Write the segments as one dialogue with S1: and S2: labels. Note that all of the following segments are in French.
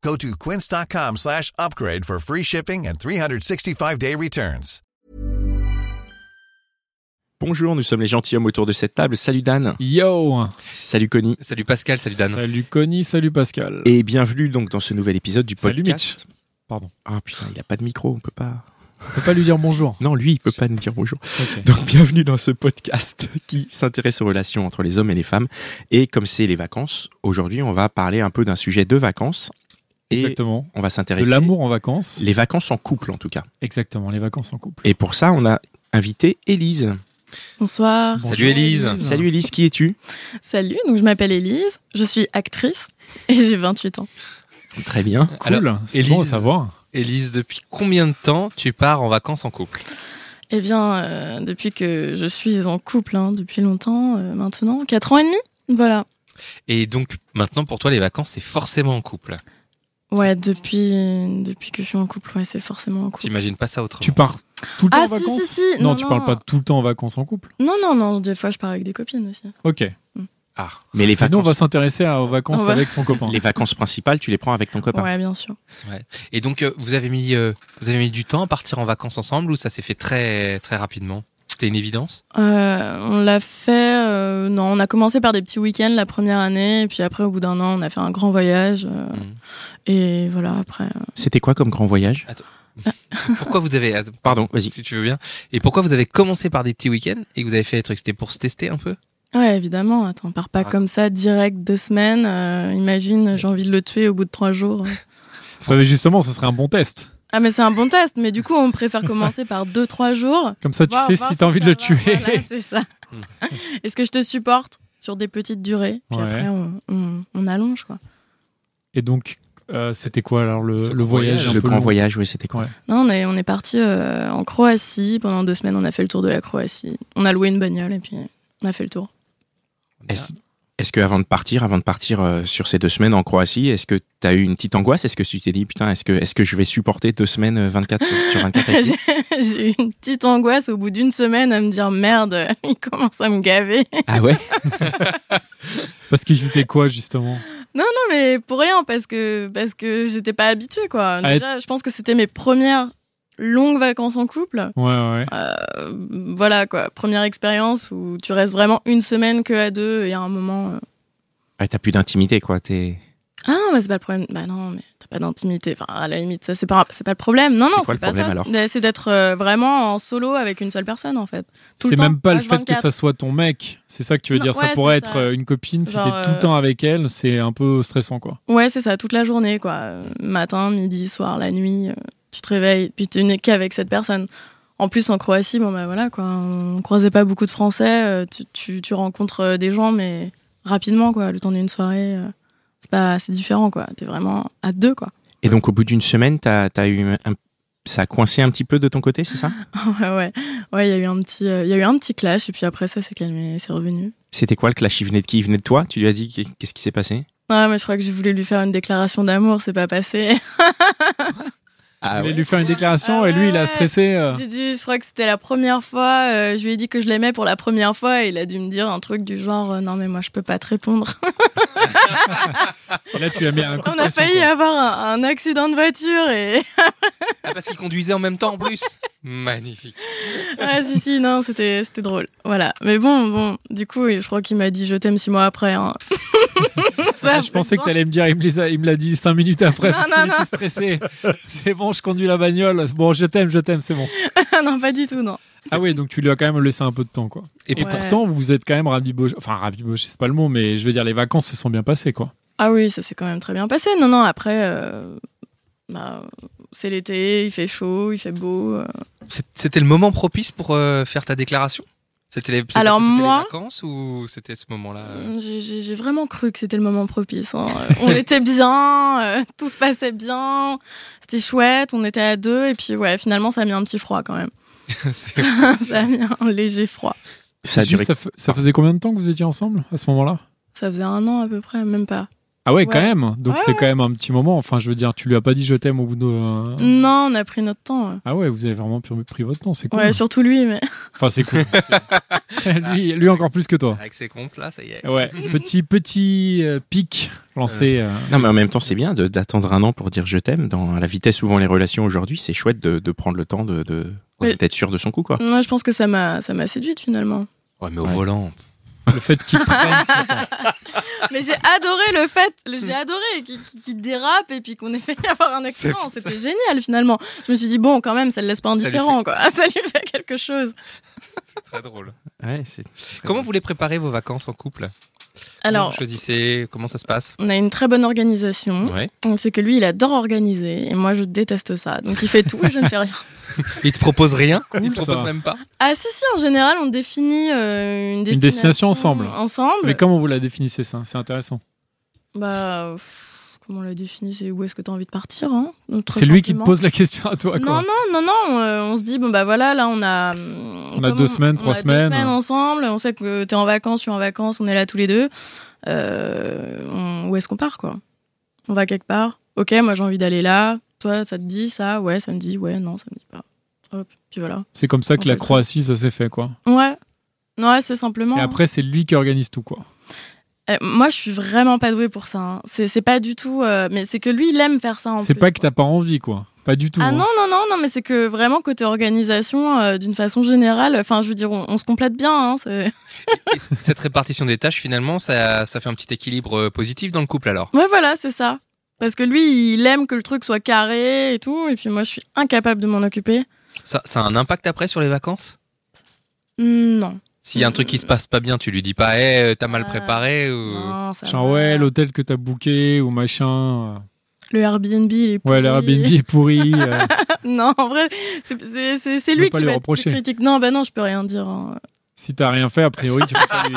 S1: Go to quince.com slash upgrade for free shipping and 365-day returns.
S2: Bonjour, nous sommes les gentilshommes autour de cette table. Salut Dan.
S3: Yo
S2: Salut Connie.
S4: Salut Pascal, salut Dan.
S3: Salut Connie, salut Pascal.
S2: Et bienvenue donc dans ce nouvel épisode du
S3: Salut
S2: podcast.
S3: Mitch. Pardon.
S2: Ah putain, il a pas de micro, on peut pas.
S3: On peut pas lui dire bonjour.
S2: Non, lui, il peut pas nous dire bonjour.
S3: Ok.
S2: Donc bienvenue dans ce podcast qui s'intéresse aux relations entre les hommes et les femmes. Et comme c'est les vacances, aujourd'hui on va parler un peu d'un sujet de vacances. Et
S3: Exactement.
S2: on va
S3: De
S2: s'intéresser
S3: l'amour en vacances.
S2: Les vacances en couple en tout cas.
S3: Exactement, les vacances en couple.
S2: Et pour ça, on a invité Élise.
S3: Ah.
S5: Bonsoir.
S4: Salut Élise.
S2: Salut Élise, qui es-tu
S5: Salut, donc je m'appelle Elise, je suis actrice et j'ai 28 ans.
S2: Très bien.
S3: Cool,
S4: Alors,
S3: c'est bon à
S4: Élise.
S3: savoir.
S4: Élise, depuis combien de temps tu pars en vacances en couple
S5: Eh bien, euh, depuis que je suis en couple, hein, depuis longtemps, euh, maintenant, 4 ans et demi, voilà.
S4: Et donc maintenant pour toi les vacances c'est forcément en couple.
S5: Ouais, depuis, depuis que je suis en couple, ouais, c'est forcément en couple.
S4: T'imagines pas ça autrement.
S3: Tu pars tout le temps
S5: Ah,
S3: en
S5: si,
S3: vacances
S5: si, si.
S3: Non,
S5: Non,
S3: tu
S5: non.
S3: parles pas tout le temps en vacances en couple.
S5: Non, non, non, des fois je pars avec des copines aussi.
S3: Ok.
S4: Ah.
S2: Mais les
S3: Et nous, on va
S2: vacances,
S3: s'intéresser à- aux vacances
S5: On va-
S3: avec ton copain.
S2: les vacances principales, tu les prends avec ton copain.
S5: Ouais, bien sûr.
S4: Et donc euh, vous avez mis euh, vous avez mis du temps à partir en vacances ensemble ou ça s'est fait très très rapidement C'était une évidence
S5: Euh, on l'a fait, euh, non, on a commencé par des petits week-ends la première année, et puis après, au bout d'un an, on a fait un grand voyage. euh,
S4: Mhm.
S3: Mmh.
S5: Et voilà, après. euh,
S2: C'était quoi comme grand voyage
S4: Pourquoi vous avez attends,
S2: Pardon, vas-y.
S4: si tu veux bien et pourquoi vous avez commencé par des petits week-ends et que vous avez fait des trucs c'était pour se tester un peu
S5: Ouais, évidemment. Attends, on part
S3: Ah.
S5: pas
S4: Rac-
S5: comme ça direct deux semaines. Euh, imagine, j'ai envie de le tuer au bout de trois jours.
S3: Ouais, mais justement, ce serait un bon test.
S5: Ah, mais c'est un bon test. Mais du coup, on préfère commencer par deux, trois jours.
S3: Comme ça, tu
S5: Voir-
S3: sais
S5: voir
S3: si t'as envie de
S5: ça
S3: le
S5: va.
S3: tuer.
S5: Voilà, c'est ça.
S4: Hmm.
S5: Est-ce que je te supporte sur des petites durées Puis
S3: Ouais.
S5: après, on, on- on allonge, quoi.
S3: Et donc, euh, c'était quoi alors
S4: Ce
S3: le, le
S4: grand
S3: voyage
S4: voyage,
S3: un
S2: Le
S3: peu
S2: grand
S3: long
S2: voyage, oui, c'était quoi
S3: Ouais.
S5: Non, on est, on est parti euh, en Croatie. Pendant deux semaines, on a fait le tour de la Croatie. On a loué une bagnole et puis on a fait le tour.
S2: Est-ce est-ce que avant de partir, avant de partir euh, sur ces deux semaines en Croatie, est-ce que tu as eu une petite angoisse Est-ce que tu t'es dit putain, est-ce que est-ce que je vais supporter deux semaines euh, 24 sur, sur 24 avec lui
S5: j'ai eu une petite angoisse au bout d'une semaine à me dire merde, il commence à me gaver.
S2: Ah ouais
S3: Parce qu'il faisait quoi justement
S5: Non, mais pour rien, parce que, parce que j'étais pas habituée, quoi.
S3: Ah, et-
S5: Déjà, je pense que c'était mes premières longues vacances en couple.
S3: Ouais, ouais.
S5: Euh, voilà, quoi. Première expérience où tu restes vraiment une semaine que à deux et à un moment. euh,
S2: Ouais, t'as plus d'intimité quoi. T'es
S5: Ah non, mais c'est pas le problème. Bah non, mais t'as pas d'intimité. Enfin, à la limite, ça, c'est pas, c'est pas le problème. Non,
S2: C'est
S5: non,
S2: quoi
S5: c'est
S2: le
S5: pas
S2: problème,
S5: ça.
S2: alors
S5: C'est- C'est d'être euh, vraiment en solo avec une seule personne, en fait. Tout le
S3: C'est
S5: temps,
S3: même pas le fait que
S5: H24.
S3: ça soit ton mec. C'est ça que tu veux
S5: Non,
S3: dire. ça
S5: ouais,
S3: pourrait
S5: c'est
S3: être
S5: ça.
S3: euh, une copine.
S5: Genre,
S3: si t'es tout le
S5: euh,
S3: temps avec elle, c'est un peu stressant, quoi.
S5: Ouais, c'est ça, toute la journée, quoi. Euh, Matin, midi, soir, la nuit, euh, tu te réveilles, puis tu n'es qu'avec cette personne. En plus, en Croatie, bon, bah voilà, quoi. On croisait pas beaucoup de Français, euh, tu, tu, tu rencontres euh, des gens, mais rapidement, quoi, le temps d'une soirée. euh, c'est pas, c'est différent, quoi. T'es vraiment à deux, quoi.
S2: et donc au bout d'une semaine, t'as as eu un- ça a coincé un petit peu de ton côté, c'est ça
S5: ouais, ouais. Ouais, il y a eu un petit, euh, il y a eu un petit clash, et puis après, ça s'est calmé, c'est revenu.
S2: C'était quoi le clash Il venait de qui Il venait de toi Tu lui as dit qu'est- qu'est-ce qui s'est passé
S5: Ouais, mais je crois que j'ai voulu lui faire une déclaration d'amour, c'est pas passé.
S2: Ah
S4: Ah
S3: Tu voulais lui faire une déclaration
S5: Ah
S3: et lui, il a
S5: ouais.
S3: stressé. euh,
S5: J'ai dit, je crois que c'était la première fois. euh, je lui ai dit que je l'aimais pour la première fois et il a dû me dire un truc du genre euh, Non, mais moi, je peux pas te répondre.
S3: et là, tu as mis un coup de
S5: On a
S3: pression,
S5: failli
S3: quoi.
S5: avoir un, un accident de voiture et.
S4: Ah, parce qu'ils conduisaient en même temps en plus. Magnifique.
S5: ah, si, si, non, c'était c'était drôle. Voilà. Mais bon, bon, du coup, je crois qu'il m'a dit Je t'aime six mois après. hein. Ça,
S3: Ah, je pensais que t'allais me dire, il me les a- il me l'a dit cinq minutes après.
S5: Non,
S3: parce
S5: non,
S3: qu'il était
S5: non.
S3: stressé. C'est bon, je conduis la bagnole. Bon, je t'aime, je t'aime, c'est bon.
S5: Ah, non, pas du tout, non.
S3: Ah oui, donc tu lui as quand même laissé un peu de temps, quoi.
S4: Et
S3: Et
S5: Ouais.
S3: pourtant, vous vous êtes quand même rabiboché. Enfin, rabiboché, c'est pas le mot, mais je veux dire, les vacances se sont bien passées, quoi.
S5: Ah oui, ça s'est quand même très bien passé. Non, non, après. euh, bah, c'est l'été, il fait chaud, il fait beau. euh,
S4: C'est- C'était le moment propice pour euh, faire ta déclaration C'était les, c'était
S5: Alors
S4: parce que c'était les
S5: moi- Mm.
S4: vacances ou c'était ce moment-là euh,
S5: J'ai- J'ai j'ai vraiment cru que c'était le moment propice. hein. Euh, on était bien, euh, tout se passait bien, c'était chouette, on était à deux, et puis ouais, finalement ça a mis un petit froid quand même.
S4: C'est-
S5: ça a mis un léger froid.
S2: Ça a
S3: Juste,
S2: duré.
S3: ça, fa- ça faisait combien de temps que vous étiez ensemble à ce moment-là
S5: Ça faisait un an à peu près, même pas.
S3: Ah ouais,
S5: Ouais.
S3: quand même. Donc
S5: Ouais,
S3: c'est quand même un petit moment. Enfin, je veux dire, tu lui as pas dit je t'aime au bout de.
S5: Non, on a pris notre temps. ouais.
S3: Ah ouais, vous avez vraiment pris pris votre temps, c'est cool.
S5: Ouais, surtout lui, mais
S3: Enfin, c'est cool. lui, lui encore plus que toi.
S4: Avec ses comptes là, ça y est.
S3: Ouais, petit petit euh, pic lancé. euh,
S2: Non, mais en même temps, c'est bien de- d'attendre un an pour dire je t'aime. Dans la vitesse où vont les relations aujourd'hui, c'est chouette de, de prendre le temps de, de-
S5: Mais-
S2: d'être sûr de son coup, quoi.
S5: moi je pense que ça m'a ça m'a séduite finalement.
S4: Ouais, mais au
S2: Ouais.
S4: volant.
S3: le fait qu'il prenne son temps.
S5: Mais j'ai adoré le fait, le- j'ai adoré qu'il qu'il dérape et puis qu'on ait fait y avoir un accident. C'était génial finalement. Je me suis dit, bon, quand même, ça le laisse pas
S4: Ça lui
S5: indifférent, quoi. Ça lui fait quelque chose.
S4: C'est très drôle.
S2: Ouais, c'est.
S4: Comment vous les préparez vos vacances en couple Comment
S5: Alors,
S4: vous choisissez Comment ça se passe
S5: on a une très bonne organisation.
S4: Ouais.
S5: C'est que lui, il adore organiser et moi, je déteste ça. Donc, il fait tout et je ne fais rien.
S4: Ils te proposent rien Ils te
S3: ça.
S4: proposent même pas
S5: Ah, si, si, en général, on définit euh, une, destination
S3: destination ensemble.
S5: Ensemble.
S3: Mais comment vous la définissez ça C'est intéressant.
S5: Bah, pff, comment on la définit C'est où est-ce que tu as envie de partir hein Très
S3: C'est lui qui te
S5: simplement.
S3: pose la question à toi, Ah, quoi.
S5: Non, non, non, non. euh, on se dit, bon, bah voilà, là, on a. On
S3: a deux semaines, trois
S5: On a
S3: semaines.
S5: deux semaines ensemble. On sait que t'es en vacances, je suis en vacances, on est là tous les deux. Euh, on- où est-ce qu'on part, quoi On va quelque part. Ok, moi, j'ai envie d'aller là. Toi, ça te dit ça Ouais, ça me dit. Ouais, non, ça me dit pas. Hop, puis voilà.
S3: C'est comme ça
S5: On
S3: que
S5: fait
S3: la
S5: le
S3: Croatie, ça s'est fait, quoi.
S5: Ouais. Non, ouais, c'est simplement.
S3: Et après, c'est lui qui organise tout, quoi.
S5: Euh, moi, je suis vraiment pas douée pour ça. hein. C'est c'est pas du tout. euh, mais c'est que lui, il aime faire ça en
S3: C'est
S5: plus,
S3: pas que
S5: quoi.
S3: t'as pas envie, quoi. Pas du tout.
S5: Ah
S3: hein.
S5: non, non, non, non, mais c'est que vraiment côté organisation, euh, d'une façon générale, enfin, je veux dire, on, on se complète bien. Hein, c'est-
S4: Et c- Cette répartition des tâches, finalement, ça, ça fait un petit équilibre euh, positif dans le couple alors
S5: ouais, voilà, c'est ça. Parce que lui, il aime que le truc soit carré et tout, et puis moi, je suis incapable de m'en occuper.
S4: ça, ça a un impact après sur les vacances
S5: Hmm, Non.
S4: S'il y a un truc qui se passe pas bien, tu lui dis pas, hé, t'as mal
S5: Ah.
S4: préparé ou...
S5: non ça
S3: Euh, Genre,
S5: va.
S3: ouais, l'hôtel que t'as booké ou machin.
S5: Le Airbnb, il est
S3: Ouais,
S5: pourri.
S3: l'Airbnb est pourri. euh.
S5: non, en vrai, c'est- c'est c'est- c'est
S3: Je
S5: lui
S3: peux pas
S5: qui
S3: lui
S5: va être plus
S3: reprocher.
S5: critique. Non, bah non, je peux rien dire. hein.
S3: si t'as rien fait, a priori, tu peux pas lui,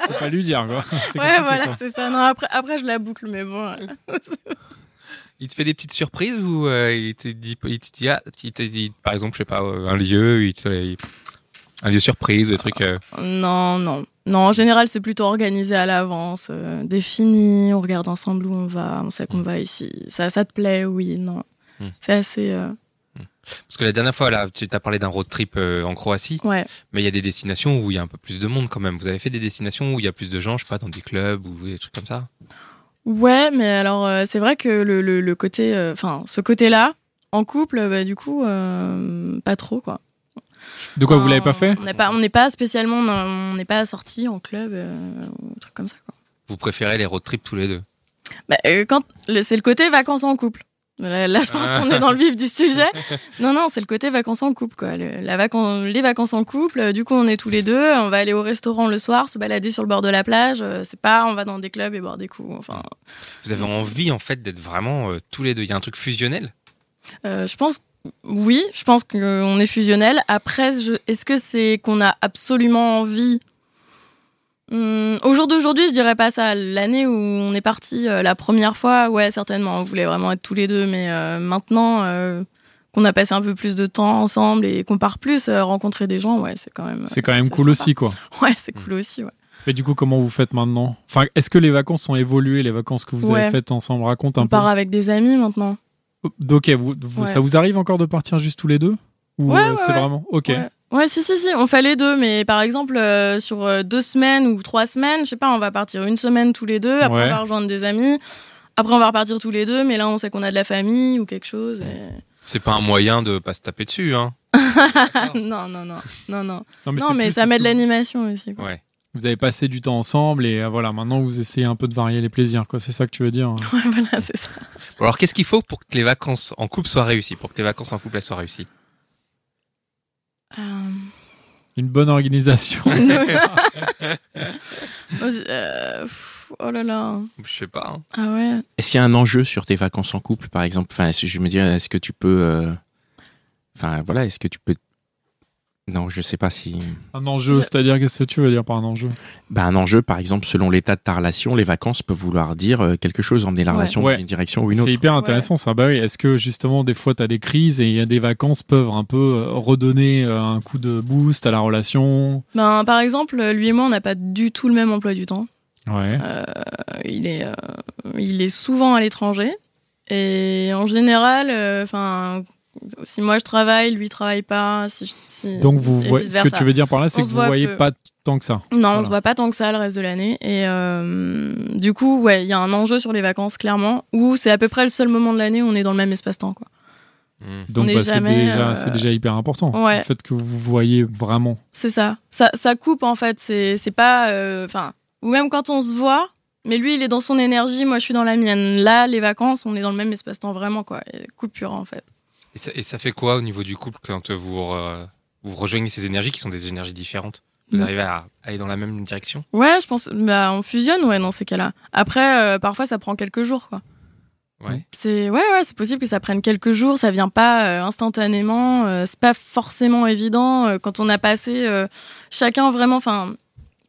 S3: tu peux pas lui dire, quoi. C'est
S5: Ouais,
S3: compliqué,
S5: voilà,
S3: quoi.
S5: c'est ça. Non, après, après, je la boucle, mais bon. ouais.
S4: Il te fait des petites surprises ou euh, il te dit, il te dit, ah, il te dit, par exemple, je sais pas, euh, un lieu, il te- il- un lieu surprise ou des trucs. euh,
S5: Non, non. Non, en général, c'est plutôt organisé à l'avance, euh, défini, on regarde ensemble où on va, on sait
S3: Mm.
S5: qu'on va ici. Ça, ça te plaît, oui, non.
S4: Hmm.
S5: C'est assez. euh,
S4: Parce que la dernière fois, là, tu as parlé d'un road trip euh, en Croatie,
S5: Ouais.
S4: mais il y a des destinations où il y a un peu plus de monde quand même. Vous avez fait des destinations où il y a plus de gens, je sais pas, dans des clubs ou des trucs comme ça.
S5: Ouais, mais alors, euh, c'est vrai que le, le- le côté. euh, Enfin, ce côté-là, en couple, euh, bah, du coup, euh, pas trop, quoi.
S3: De quoi, vous
S5: Enfin,
S3: l'avez pas fait
S5: On n'est pas, on n'est pas spécialement. dans- on n'est pas sortis en club, euh, ou un truc comme ça, quoi.
S4: Vous préférez les road trips tous les deux.
S5: Bah, euh, quand le- c'est le côté vacances en couple. Là, là, je pense qu'on est dans le vif du sujet. Non, non, c'est le côté vacances en couple. Quoi. Le- la vacan- les vacances en couple, euh, du coup, on est tous les deux. On va aller au restaurant le soir, se balader sur le bord de la plage. euh, c'est pas, on va dans des clubs et boire des coups. Enfin,
S4: Vous avez envie en fait d'être vraiment euh, tous les deux. Il y a un truc fusionnel.
S5: euh, je pense, oui, je pense qu'on est fusionnel. Après, je- est-ce que c'est qu'on a absolument envie Hum, au jour d'aujourd'hui, je dirais pas ça. L'année où on est parti euh, la première fois, ouais, certainement, on voulait vraiment être tous les deux. Mais euh, maintenant euh, qu'on a passé un peu plus de temps ensemble et qu'on part plus euh, rencontrer des gens, ouais, c'est quand même.
S3: C'est
S5: euh,
S3: quand même cool
S5: sympa.
S3: aussi, quoi.
S5: Ouais, c'est cool aussi. Ouais.
S3: Mais du coup, comment vous faites maintenant Enfin, est-ce que les vacances ont évolué, les vacances que vous
S5: Ouais.
S3: avez faites ensemble Raconte un
S5: On part avec des amis maintenant.
S3: peu. Ok, vous, vous-
S5: Ouais.
S3: ça vous arrive encore de partir juste tous les deux Ou
S5: Ouais,
S3: euh,
S5: ouais,
S3: c'est
S5: ouais.
S3: vraiment Ok.
S5: Ouais. Ouais, si, si, si, on fait les deux, mais par exemple, euh, sur euh, deux semaines ou trois semaines, je sais pas, on va partir une semaine tous les deux, après
S3: Ouais.
S5: on va rejoindre des amis, après on va repartir tous les deux, mais là on sait qu'on a de la famille ou quelque chose. et-
S4: C'est pas un moyen de pas se taper dessus, hein.
S5: non, non, non, non, non.
S3: c'est
S5: Non, mais
S3: plus
S5: ça
S3: parce
S5: met
S3: que
S5: de l'animation aussi. Quoi.
S4: Ouais.
S3: Vous avez passé du temps ensemble et euh, voilà, maintenant vous essayez un peu de varier les plaisirs, quoi. C'est ça que tu veux dire hein.
S5: Ouais, voilà, c'est ça.
S4: Bon, Alors qu'est-ce qu'il faut pour que les vacances en couple soient réussies, pour que tes vacances en couple elles soient réussies
S5: Euh,
S3: Une bonne organisation.
S5: moi, je- euh, pff, oh là là.
S4: Je sais pas. hein.
S5: Ah ouais.
S2: Est-ce qu'il y a un enjeu sur tes vacances en couple, par exemple Enfin, est-ce- je me dis, est-ce que tu peux. euh, Enfin, voilà, est-ce que tu peux Non, je sais pas si.
S3: Un enjeu, c'est-à-dire qu'est-ce que tu veux dire par un enjeu
S2: Bah, un enjeu, par exemple, selon l'état de ta relation, les vacances peuvent vouloir dire euh, quelque chose, emmener la
S5: Ouais.
S2: relation
S3: Ouais.
S2: dans une direction ou une autre.
S3: C'est hyper intéressant ça. Bah oui, est-ce que justement des fois tu as des crises et il y a des vacances peuvent un peu euh, redonner euh, un coup de boost à la relation
S5: Ben, par exemple, lui et moi, on n'a pas du tout le même emploi du temps.
S3: Ouais.
S5: Euh, il, est, euh, il est souvent à l'étranger. Et en général, euh, enfin, si moi je travaille, lui travaille pas. Si je- si-
S3: Donc vous
S5: et
S3: voyez, ce que
S5: vice-versa.
S3: tu veux dire par là, c'est
S5: On
S3: que
S5: se
S3: vous
S5: voit
S3: voyez
S5: peu.
S3: pas tant que ça.
S5: Non, on
S3: Voilà.
S5: se voit pas tant que ça le reste de l'année. Et euh, du coup, ouais, il y a un enjeu sur les vacances, clairement, où c'est à peu près le seul moment de l'année où on est dans le même espace-temps. quoi.
S4: Hmm.
S3: Donc
S5: est
S3: bah, c'est
S5: jamais,
S3: déjà,
S5: euh,
S3: c'est déjà hyper important.
S5: Ouais.
S3: Le fait que vous voyez vraiment.
S5: C'est ça. ça. Ça coupe, en fait. C'est c'est pas. euh, Enfin, ou même quand on se voit, mais lui, il est dans son énergie, moi, je suis dans la mienne. Là, les vacances, on est dans le même espace-temps, vraiment, quoi. Et Coupure, en fait.
S4: Et ça, et ça fait quoi au niveau du couple quand vous, euh, vous rejoignez ces énergies qui sont des énergies différentes Vous
S5: Mm.
S4: arrivez à aller dans la même direction
S5: Ouais, je pense. Bah, on fusionne, ouais, dans ces cas-là. Après, euh, parfois, ça prend quelques jours, quoi.
S4: Ouais.
S5: C'est ouais, ouais, c'est possible que ça prenne quelques jours, ça vient pas euh, instantanément, euh, c'est pas forcément évident euh, quand on a passé euh, chacun vraiment, enfin,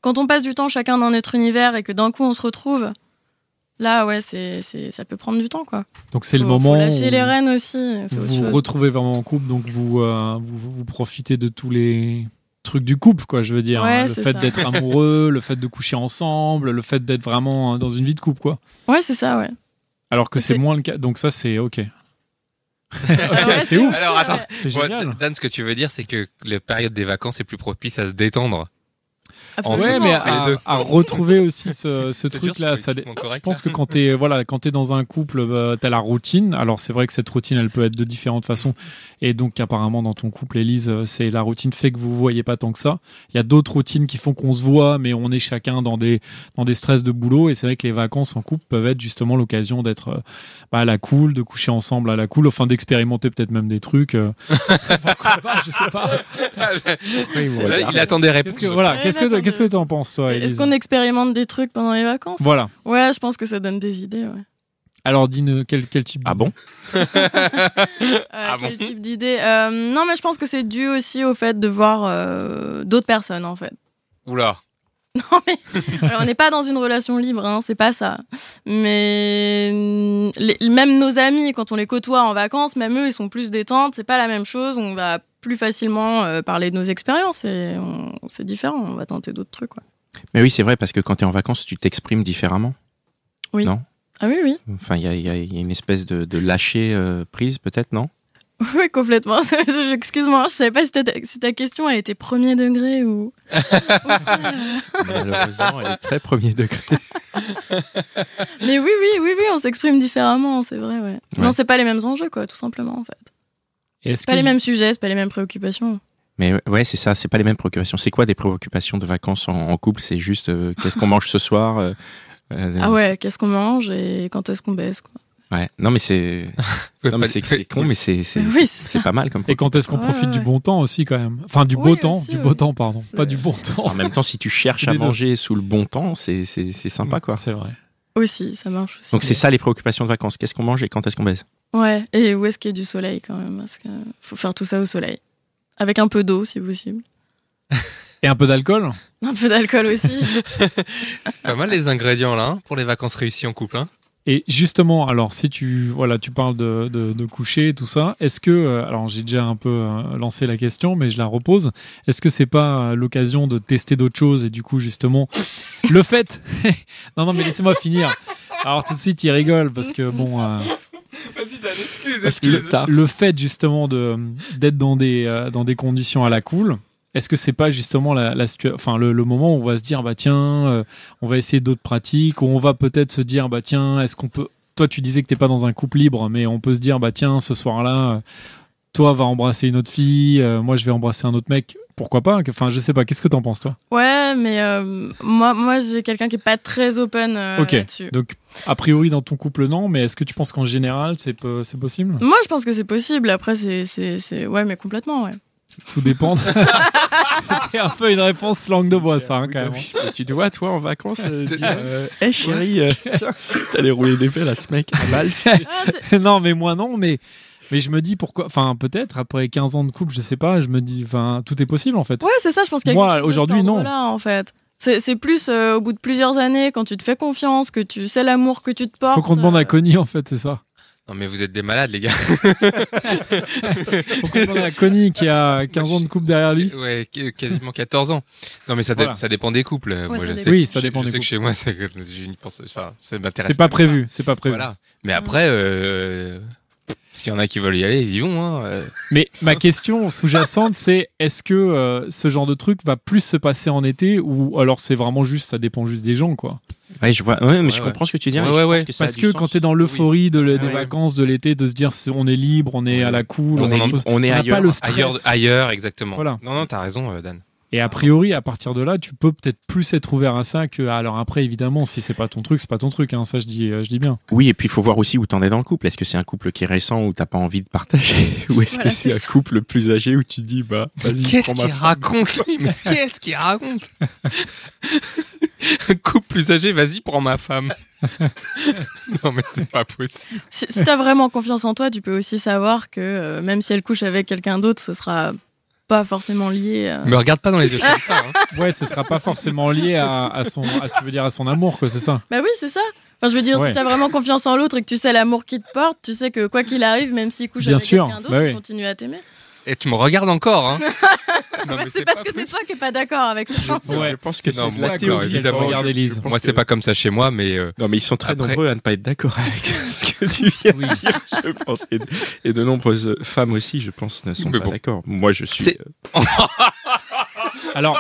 S5: quand on passe du temps chacun dans notre univers et que d'un coup on se retrouve, là ouais, c'est c'est ça peut prendre du temps quoi.
S3: Donc c'est le
S5: Faut-
S3: moment
S5: Faut lâcher
S3: où
S5: les rênes aussi, c'est autre
S3: vous
S5: chose.
S3: vous retrouvez vraiment en couple, donc vous, euh, vous vous profitez de tous les trucs du couple, quoi. Je veux dire,
S5: Ouais,
S3: hein, le
S5: c'est
S3: fait
S5: ça.
S3: d'être amoureux, le fait de coucher ensemble, le fait d'être vraiment hein, dans une vie de couple, quoi.
S5: Ouais, c'est ça, ouais.
S3: Alors que c'est
S5: C'est-
S3: moins le cas. Donc ça, c'est ok.
S5: Ah ouais,
S3: c'est ouf.
S4: Alors, attends.
S5: ouais.
S3: Mm. C'est
S4: Ouais,
S3: génial.
S4: Dan, ce que tu veux dire, c'est que la période des vacances est plus propice à se détendre.
S5: Absolument.
S3: Ouais,
S4: Entre-
S3: mais ah,
S4: entre les
S3: à,
S4: deux.
S3: à retrouver aussi ce, ce
S4: C'est dur,
S3: truc-là,
S4: c'est
S3: ça, dé-
S4: politiquement correct, hein.
S3: je pense
S4: là.
S3: que quand t'es voilà, quand t'es dans un couple, bah, t'as la routine. Alors c'est vrai que cette routine, elle peut être de différentes façons. Et donc apparemment dans ton couple, Élise, euh, c'est la routine fait que vous vous voyez pas tant que ça. Il y a d'autres routines qui font qu'on se voit, mais on est chacun dans des dans des stress de boulot. Et c'est vrai que les vacances en couple peuvent être justement l'occasion d'être euh, bah, à la cool, de coucher ensemble à la cool, enfin d'expérimenter peut-être même des trucs. euh. Pourquoi pas, je sais pas.
S2: Ah,
S4: Là, il attend des réponses.
S3: Qu'est-ce que voilà,
S5: Ouais,
S3: qu'est-ce que
S5: j'attends
S3: qu'est-ce
S5: de-
S3: que t'en penses toi,
S5: Est-ce
S3: Élise
S5: qu'on expérimente des trucs pendant les vacances
S3: Voilà.
S5: Ouais, je pense que ça donne des idées. Ouais.
S3: Alors, dis-nous quel, quel type
S2: Ah bon
S5: Euh,
S4: Ah bon
S5: quel type d'idée Euh, Non, mais je pense que c'est dû aussi au fait de voir euh, d'autres personnes, en fait.
S4: Oula.
S5: Non, mais alors, on n'est pas dans une relation libre, hein, c'est pas ça. Mais mm, les- même nos amis, quand on les côtoie en vacances, même eux, ils sont plus détentes, c'est pas la même chose. On va plus facilement euh, parler de nos expériences et on- c'est différent, on va tenter d'autres trucs. Quoi.
S2: Mais oui, c'est vrai, parce que quand t'es en vacances, tu t'exprimes différemment.
S5: Ah oui, oui,
S2: Enfin, il y a, il y a- il y a une espèce de, de lâcher euh, prise, peut-être, non
S5: oui complètement. Je- je- Excuse-moi, je savais pas si ta, si ta question elle était premier degré ou. ou très, euh,
S2: Malheureusement, elle est très premier degré.
S5: Mais oui, oui, oui, oui, on s'exprime différemment, c'est vrai, ouais. Non,
S2: Ouais.
S5: c'est pas les mêmes enjeux, quoi, tout simplement, en fait.
S3: Est-ce
S5: C'est pas les mêmes sujets, c'est pas les mêmes préoccupations.
S2: Mais ouais, c'est ça, c'est pas les mêmes préoccupations. C'est quoi des préoccupations de vacances en, en couple C'est juste euh, qu'est-ce qu'on mange ce soir euh, euh,
S5: Ah ouais, qu'est-ce qu'on mange et quand est-ce qu'on baisse, quoi.
S2: ouais. Non, mais c'est non, mais c'est c'est con, mais c'est c'est-
S5: Mais oui,
S2: c'est-
S5: c'est
S2: c'est
S5: ça.
S2: pas mal comme
S3: Et
S2: quoi.
S3: quand est-ce qu'on
S5: Ouais,
S3: profite
S5: ouais,
S3: du
S5: ouais.
S3: bon temps aussi, quand même Enfin, du beau
S5: Oui,
S3: temps,
S5: aussi,
S3: du
S5: oui.
S3: beau temps, pardon,
S5: C'est-
S3: pas du bon temps.
S2: En même temps, si tu cherches à
S3: Les deux.
S2: manger sous le bon temps, c'est c'est- c'est sympa quoi.
S3: C'est vrai.
S5: Aussi, ça marche aussi.
S2: Donc c'est ça les préoccupations de vacances. Qu'est-ce qu'on mange et quand est-ce qu'on baise
S5: Ouais, et où est-ce qu'il y a du soleil, quand même, parce que faut faire tout ça au soleil. Avec un peu d'eau, si possible.
S3: Et un peu d'alcool
S5: Un peu d'alcool aussi.
S4: Pas mal les ingrédients là hein, pour les vacances réussies en couple. hein.
S3: Et justement, alors si tu voilà, tu parles de, de, de coucher et tout ça, est-ce que euh, alors j'ai déjà un peu euh, lancé la question, mais je la repose. Est-ce que c'est pas euh, l'occasion de tester d'autres choses et du coup justement le fait Non non, mais laissez-moi finir. Alors tout de suite, il rigole parce que bon. euh,
S4: Vas-y, Dan, excuse,
S2: Parce que le
S4: excuse.
S2: taf.
S3: le fait justement de d'être dans des euh, dans des conditions à la cool est-ce que c'est pas justement la, la situa- enfin le, le moment où on va se dire bah tiens euh, on va essayer d'autres pratiques ou on va peut-être se dire bah tiens est-ce qu'on peut toi tu disais que t'es pas dans un couple libre mais on peut se dire bah tiens ce soir-là euh, toi va embrasser une autre fille euh, moi je vais embrasser un autre mec pourquoi pas enfin je sais pas qu'est-ce que t'en penses toi
S5: Ouais, mais euh, moi, moi j'ai quelqu'un qui est pas très open euh,
S3: Ok.
S5: là-dessus.
S3: donc a priori dans ton couple non mais est-ce que tu penses qu'en général c'est pe- c'est possible
S5: Moi, je pense que c'est possible. Après, c'est, c'est, c'est- Ouais, mais complètement, ouais.
S3: tout dépend c'était un peu une réponse langue de bois ça hein, quand même
S2: Tu dois toi en vacances
S3: euh,
S4: dire,
S3: Ah,
S2: Eh chérie, t'allais rouler des pelles à ce mec à Malte.
S5: Ah, c'est-
S3: non, mais moi non, mais Mais je me dis pourquoi. Enfin, peut-être après 15 ans de couple, je sais pas. Je me dis, enfin, tout est possible en fait.
S5: Ouais, c'est ça, je pense qu'il y a
S3: Moi,
S5: quelque chose de cet
S3: aujourd'hui, non.
S5: ordre-là, en fait. C'est c'est plus euh, au bout de plusieurs années, quand tu te fais confiance, que tu sais l'amour que tu te portes.
S3: Faut qu'on demande
S5: euh,
S3: à Connie en fait, c'est ça.
S4: Non, mais vous êtes des malades, les gars.
S3: Faut qu'on demande à Connie qui a 15 ans de couple derrière lui.
S4: Ouais, qu- quasiment 14 ans. Non, mais ça, dé-
S3: Ah Voilà.
S4: ça dépend des couples. Moi,
S5: ça
S4: je
S5: dépend.
S4: sais-
S3: Oui, ça
S4: je-
S3: dépend
S4: je
S3: des
S4: sais que
S3: couples.
S4: chez moi, c'est que je n'y pense. Enfin, ça m'intéresse.
S3: C'est pas
S4: même
S3: prévu, c'est pas prévu.
S4: Voilà. Mais après, euh, s'il y en a qui veulent y aller, ils y vont. Hein. Euh,
S3: Mais ma question sous-jacente, c'est est-ce que euh, ce genre de truc va plus se passer en été ou alors c'est vraiment juste, ça dépend juste des gens quoi.
S2: Ouais, je vois. Ouais, mais je
S4: Ouais,
S2: comprends ce que tu dis.
S4: Ouais,
S2: et je
S4: ouais,
S2: pense
S4: ouais.
S2: que ça a
S3: Parce
S2: du
S3: que
S2: sens.
S3: quand t'es dans l'euphorie de le- des
S4: Ouais.
S3: vacances de l'été, de se dire c'est- on est libre, on est à la cool,
S4: Dans
S3: on
S4: un
S3: se
S4: endroit-
S3: pose-
S2: on est
S3: n'a
S2: ailleurs.
S3: pas le stress.
S4: ailleurs, ailleurs, exactement.
S3: Voilà.
S4: Non, non, t'as raison, euh, Dan.
S3: Et a priori, à partir de là, tu peux peut-être plus être ouvert à ça que alors après évidemment, si c'est pas ton truc, c'est pas ton truc. hein, ça je dis, euh, je dis bien.
S2: Oui, et puis il faut voir aussi où t'en es dans le couple. Est-ce que c'est un couple qui est récent où t'as pas envie de partager Ou est-ce
S5: Voilà,
S2: que c'est
S5: c'est
S2: un
S5: ça.
S2: couple plus âgé où tu te dis, bah, vas-y,
S4: Qu'est-ce
S2: prends ma
S4: qu'il raconte, lui Mais qu'est-ce qu'il raconte Un couple plus âgé, vas-y, prends ma femme. non, mais c'est pas possible.
S5: Si, si t'as vraiment confiance en toi, tu peux aussi savoir que euh, même si elle couche avec quelqu'un d'autre, ce sera pas forcément lié. euh. à-
S4: Me regarde pas dans les yeux comme ça. hein.
S3: Ouais, ce sera pas forcément lié à, à son, à- tu veux dire à son amour quoi, c'est ça.
S5: Bah oui, c'est ça. Enfin, je veux dire,
S3: Ouais.
S5: si t'as vraiment confiance en l'autre et que tu sais l'amour qu'il te porte, tu sais que quoi qu'il arrive, même s'il couche
S3: Bien
S5: avec
S3: sûr,
S5: quelqu'un d'autre,
S3: bah oui.
S5: il continue à t'aimer.
S4: Et tu me regardes encore. Hein. Non,
S5: Ouais,
S4: mais
S5: c'est parce que c'est toi qui est pas d'accord avec ça.
S3: Ouais.
S2: Je pense que
S4: Non,
S2: c'est
S4: moi,
S2: la
S4: d'accord,
S2: théorie.
S4: évidemment,
S2: Je-
S3: Regarde
S2: je
S3: Élise.
S2: pense
S4: Moi, c'est
S2: que-
S4: pas comme ça chez moi, mais euh,
S2: Non, mais ils sont très
S4: Après-
S2: nombreux à ne pas être d'accord avec ce que tu viens de dire, je pense. Et de, et de nombreuses femmes aussi, je pense, ne sont
S4: Mais
S2: pas
S4: bon.
S2: d'accord. Moi, je suis. euh,
S4: C'est-
S3: Alors,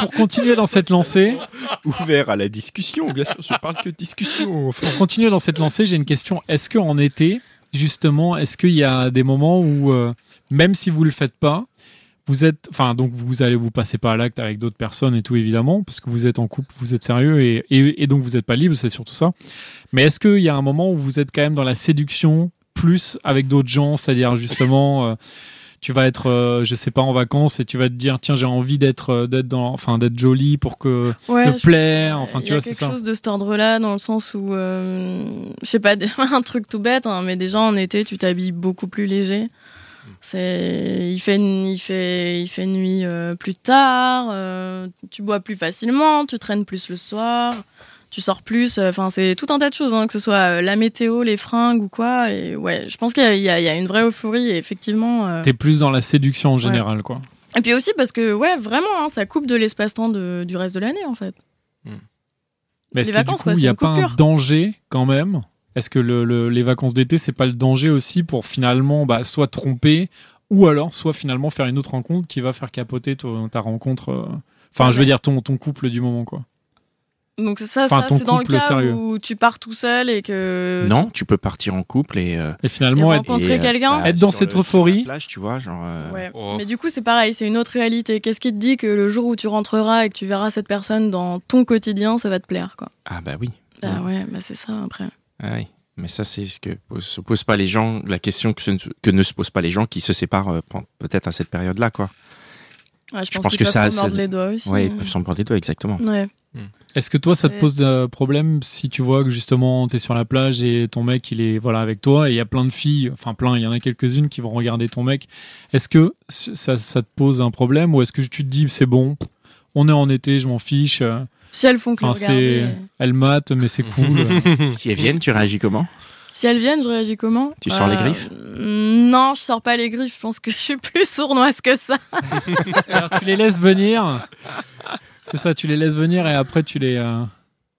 S3: pour continuer dans cette lancée,
S2: ouvert à la discussion, bien sûr, je parle que de discussion. enfin.
S3: pour continuer dans cette lancée, j'ai une question. Est-ce que en été, justement, est-ce qu'il y a des moments où, euh, même si vous le faites pas, vous êtes, enfin, donc vous allez vous passer pas à l'acte avec d'autres personnes et tout évidemment, parce que vous êtes en couple, vous êtes sérieux et, et- et donc vous n'êtes pas libre, c'est surtout ça. Mais est-ce qu'il y a un moment où vous êtes quand même dans la séduction plus avec d'autres gens, c'est-à-dire justement. euh, tu vas être, euh, je sais pas, en vacances et tu vas te dire, tiens, j'ai envie d'être, euh, d'être dans, enfin, d'être jolie pour que
S5: Ouais,
S3: de
S5: je pense
S3: plaire,
S5: que, euh,
S3: enfin, tu
S5: il y a
S3: vois, c'est
S5: quelque
S3: ça.
S5: chose de cet ordre-là, dans le sens où, euh, je sais pas, déjà un truc tout bête, hein, mais déjà en été, tu t'habilles beaucoup plus léger. C'est, il fait, il fait, il fait nuit euh, plus tard. euh, tu bois plus facilement, tu traînes plus le soir, tu sors plus. euh, Enfin, c'est tout un tas de choses, hein, que ce soit euh, la météo, les fringues ou quoi. Et ouais, je pense qu'il y a, il y a- il y a une vraie euphorie et effectivement. euh,
S3: T'es plus dans la séduction en général, quoi.
S5: et puis aussi parce que ouais, vraiment, hein, ça coupe de l'espace-temps de- du reste de l'année en fait.
S3: Mais est-ce
S5: Les
S3: que du
S5: vacances,
S3: coup,
S5: quoi,
S3: il
S5: c'est
S3: n'y a
S5: une
S3: pas un
S5: coupure.
S3: danger quand même Est-ce que le- le- les vacances d'été, c'est pas le danger aussi pour finalement bah, soit tromper ou alors soit finalement faire une autre rencontre qui va faire capoter ton- ta rencontre euh, Enfin, je veux dire ton, ton couple du moment, quoi.
S5: Donc ça,
S3: Enfin,
S5: ça
S3: ton
S5: c'est dans le
S3: couple
S5: cas
S3: sérieux.
S5: où tu pars tout seul et que
S2: Non, tu peux partir en couple et. euh,
S3: Et
S5: tu- et
S3: finalement, être-
S5: rencontrer
S2: et, euh,
S5: quelqu'un.
S2: bah,
S3: Être dans
S2: sur
S3: cette
S2: le- sur
S3: euphorie.
S2: la plage, tu vois, genre. euh,
S5: Ouais.
S4: oh.
S5: Mais du coup, c'est pareil, c'est une autre réalité. Qu'est-ce qui te dit que le jour où tu rentreras et que tu verras cette personne dans ton quotidien, ça va te plaire quoi
S2: Ah, bah oui.
S5: Bah ouais, bah c'est ça après.
S2: Ah oui. Mais ça, c'est ce que pose- se posent pas les gens, la question que, se ne- que ne se posent pas les gens qui se séparent euh, pen- peut-être à cette période-là, quoi.
S5: Ouais, je,
S2: Je
S5: pense,
S2: pense
S5: qu'ils
S2: que
S5: peuvent
S2: ça-
S5: se mordre
S2: ça-
S5: les doigts aussi.
S2: Ouais, ils peuvent s'en prendre les doigts, exactement.
S5: Ouais.
S3: Est-ce que toi, ça te
S5: Ouais.
S3: pose euh, problème si tu vois que justement, t'es sur la plage et ton mec, il est voilà avec toi et il y a plein de filles, enfin plein, il y en a quelques-unes qui vont regarder ton mec. Est-ce que ça, ça te pose un problème ou est-ce que tu te dis, c'est bon, on est en été, je m'en fiche euh,
S5: Si elles font que le
S3: Enfin, c'est.
S5: regarder. euh.
S3: Elle mate, mais c'est cool.
S2: si elles viennent, tu réagis comment
S5: Si elles viennent, je réagis comment Euh,
S2: Tu sors les griffes
S5: Non, je sors pas les griffes. Je pense que je suis plus sournoise que ça.
S3: C'est-à-dire, tu les laisses venir. C'est ça, tu les laisses venir et après, tu les. euh,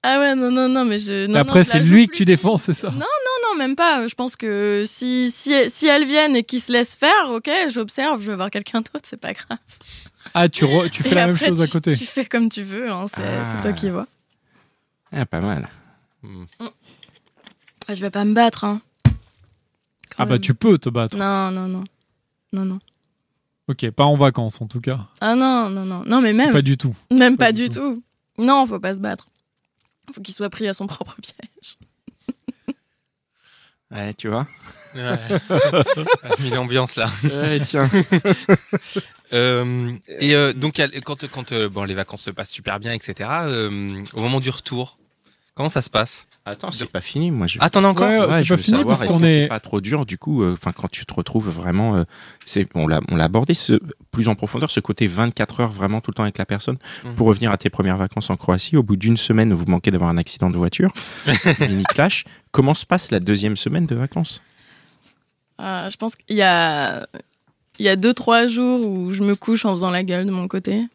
S5: Ah ouais, non, non, non, mais je.
S3: et
S5: non, non,
S3: après,
S5: je la
S3: c'est
S5: joue
S3: lui que
S5: plus.
S3: tu défends, c'est ça
S5: Non, même pas. Je pense que si, si, si elles viennent et qu'ils se laissent faire, ok, j'observe, je vais voir quelqu'un d'autre, c'est pas grave.
S3: Ah, tu, re- tu fais
S5: Et
S3: la même
S5: après,
S3: chose à
S5: tu-
S3: côté.
S5: Tu fais comme tu veux, hein, c'est
S2: Ah.
S5: c'est toi qui vois.
S2: Ah, pas mal.
S5: Enfin, je vais pas me battre. Hein. Quand
S3: Ah, bah,
S5: même.
S3: tu peux te battre.
S5: Non, non, non. Non, non.
S3: Ok, pas en vacances en tout cas.
S5: Ah non, non, non. Non, mais même
S3: Pas
S5: pas,
S3: du tout.
S5: même pas, du tout. Non, faut pas se battre. Faut qu'il soit pris à son propre piège.
S2: Ouais, tu vois.
S4: Ouais. Ah, Mille ambiances là.
S2: Ouais, tiens.
S4: Euh, et euh, donc elle- quand quand euh, bon les vacances se passent super bien etc. euh, au moment du retour, comment ça se passe
S2: Attends, c'est pas fini. Moi, je.
S4: Ah, t'en as encore
S3: Ouais,
S2: Ouais,
S3: c'est
S2: je
S3: pas
S2: veux
S3: fini
S2: savoir,
S3: parce
S2: est-ce
S3: qu'on
S2: que c'est
S3: est.
S2: pas trop dur du coup euh, Enfin, quand tu te retrouves vraiment, euh, c'est on l'a on l'a abordé ce, plus en profondeur ce côté 24 heures vraiment tout le temps avec la personne.
S4: Mhm.
S2: Pour revenir à tes premières vacances en Croatie, au bout d'une semaine, vous manquez d'avoir un accident de voiture, mini clash. Comment se passe la deuxième semaine de vacances
S5: Euh, je pense qu'il y a, il y a deux, trois jours où je me couche en faisant la gueule de mon côté.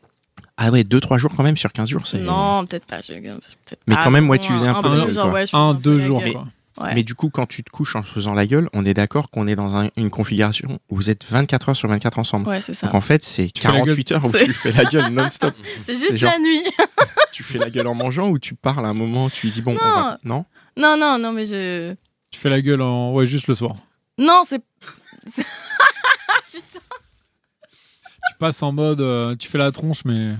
S2: Ah ouais, deux trois jours quand même sur 15 jours, c'est.
S5: Non, peut-être pas. je- peut-être
S2: Mais
S5: pas,
S2: quand même,
S5: bon,
S2: ouais, tu faisais un peu la
S5: peu
S2: gueule,
S5: genre,
S2: quoi.
S5: ouais, je fais
S3: Un,
S5: peu
S3: deux
S5: la
S3: jours.
S5: gueule.
S3: quoi.
S5: Ouais.
S2: Mais du coup, quand tu te couches en faisant la gueule, on est d'accord qu'on est dans un- une configuration où vous êtes 24 heures sur 24 ensemble.
S5: Ouais, c'est ça.
S2: Donc en fait, Ah. c'est
S3: fais la gueule.
S2: 48 heures où
S5: C'est-
S2: tu fais la gueule non-stop.
S5: C'est juste
S2: c'est genre-
S5: la nuit.
S2: tu fais la gueule en mangeant ou tu parles à un moment, tu lui dis bon, on va- non
S5: non, non, non, mais je.
S3: Tu fais la gueule en. Ouais, juste le soir.
S5: Non, c'est.
S3: Tu passes en mode. euh, tu fais la tronche, mais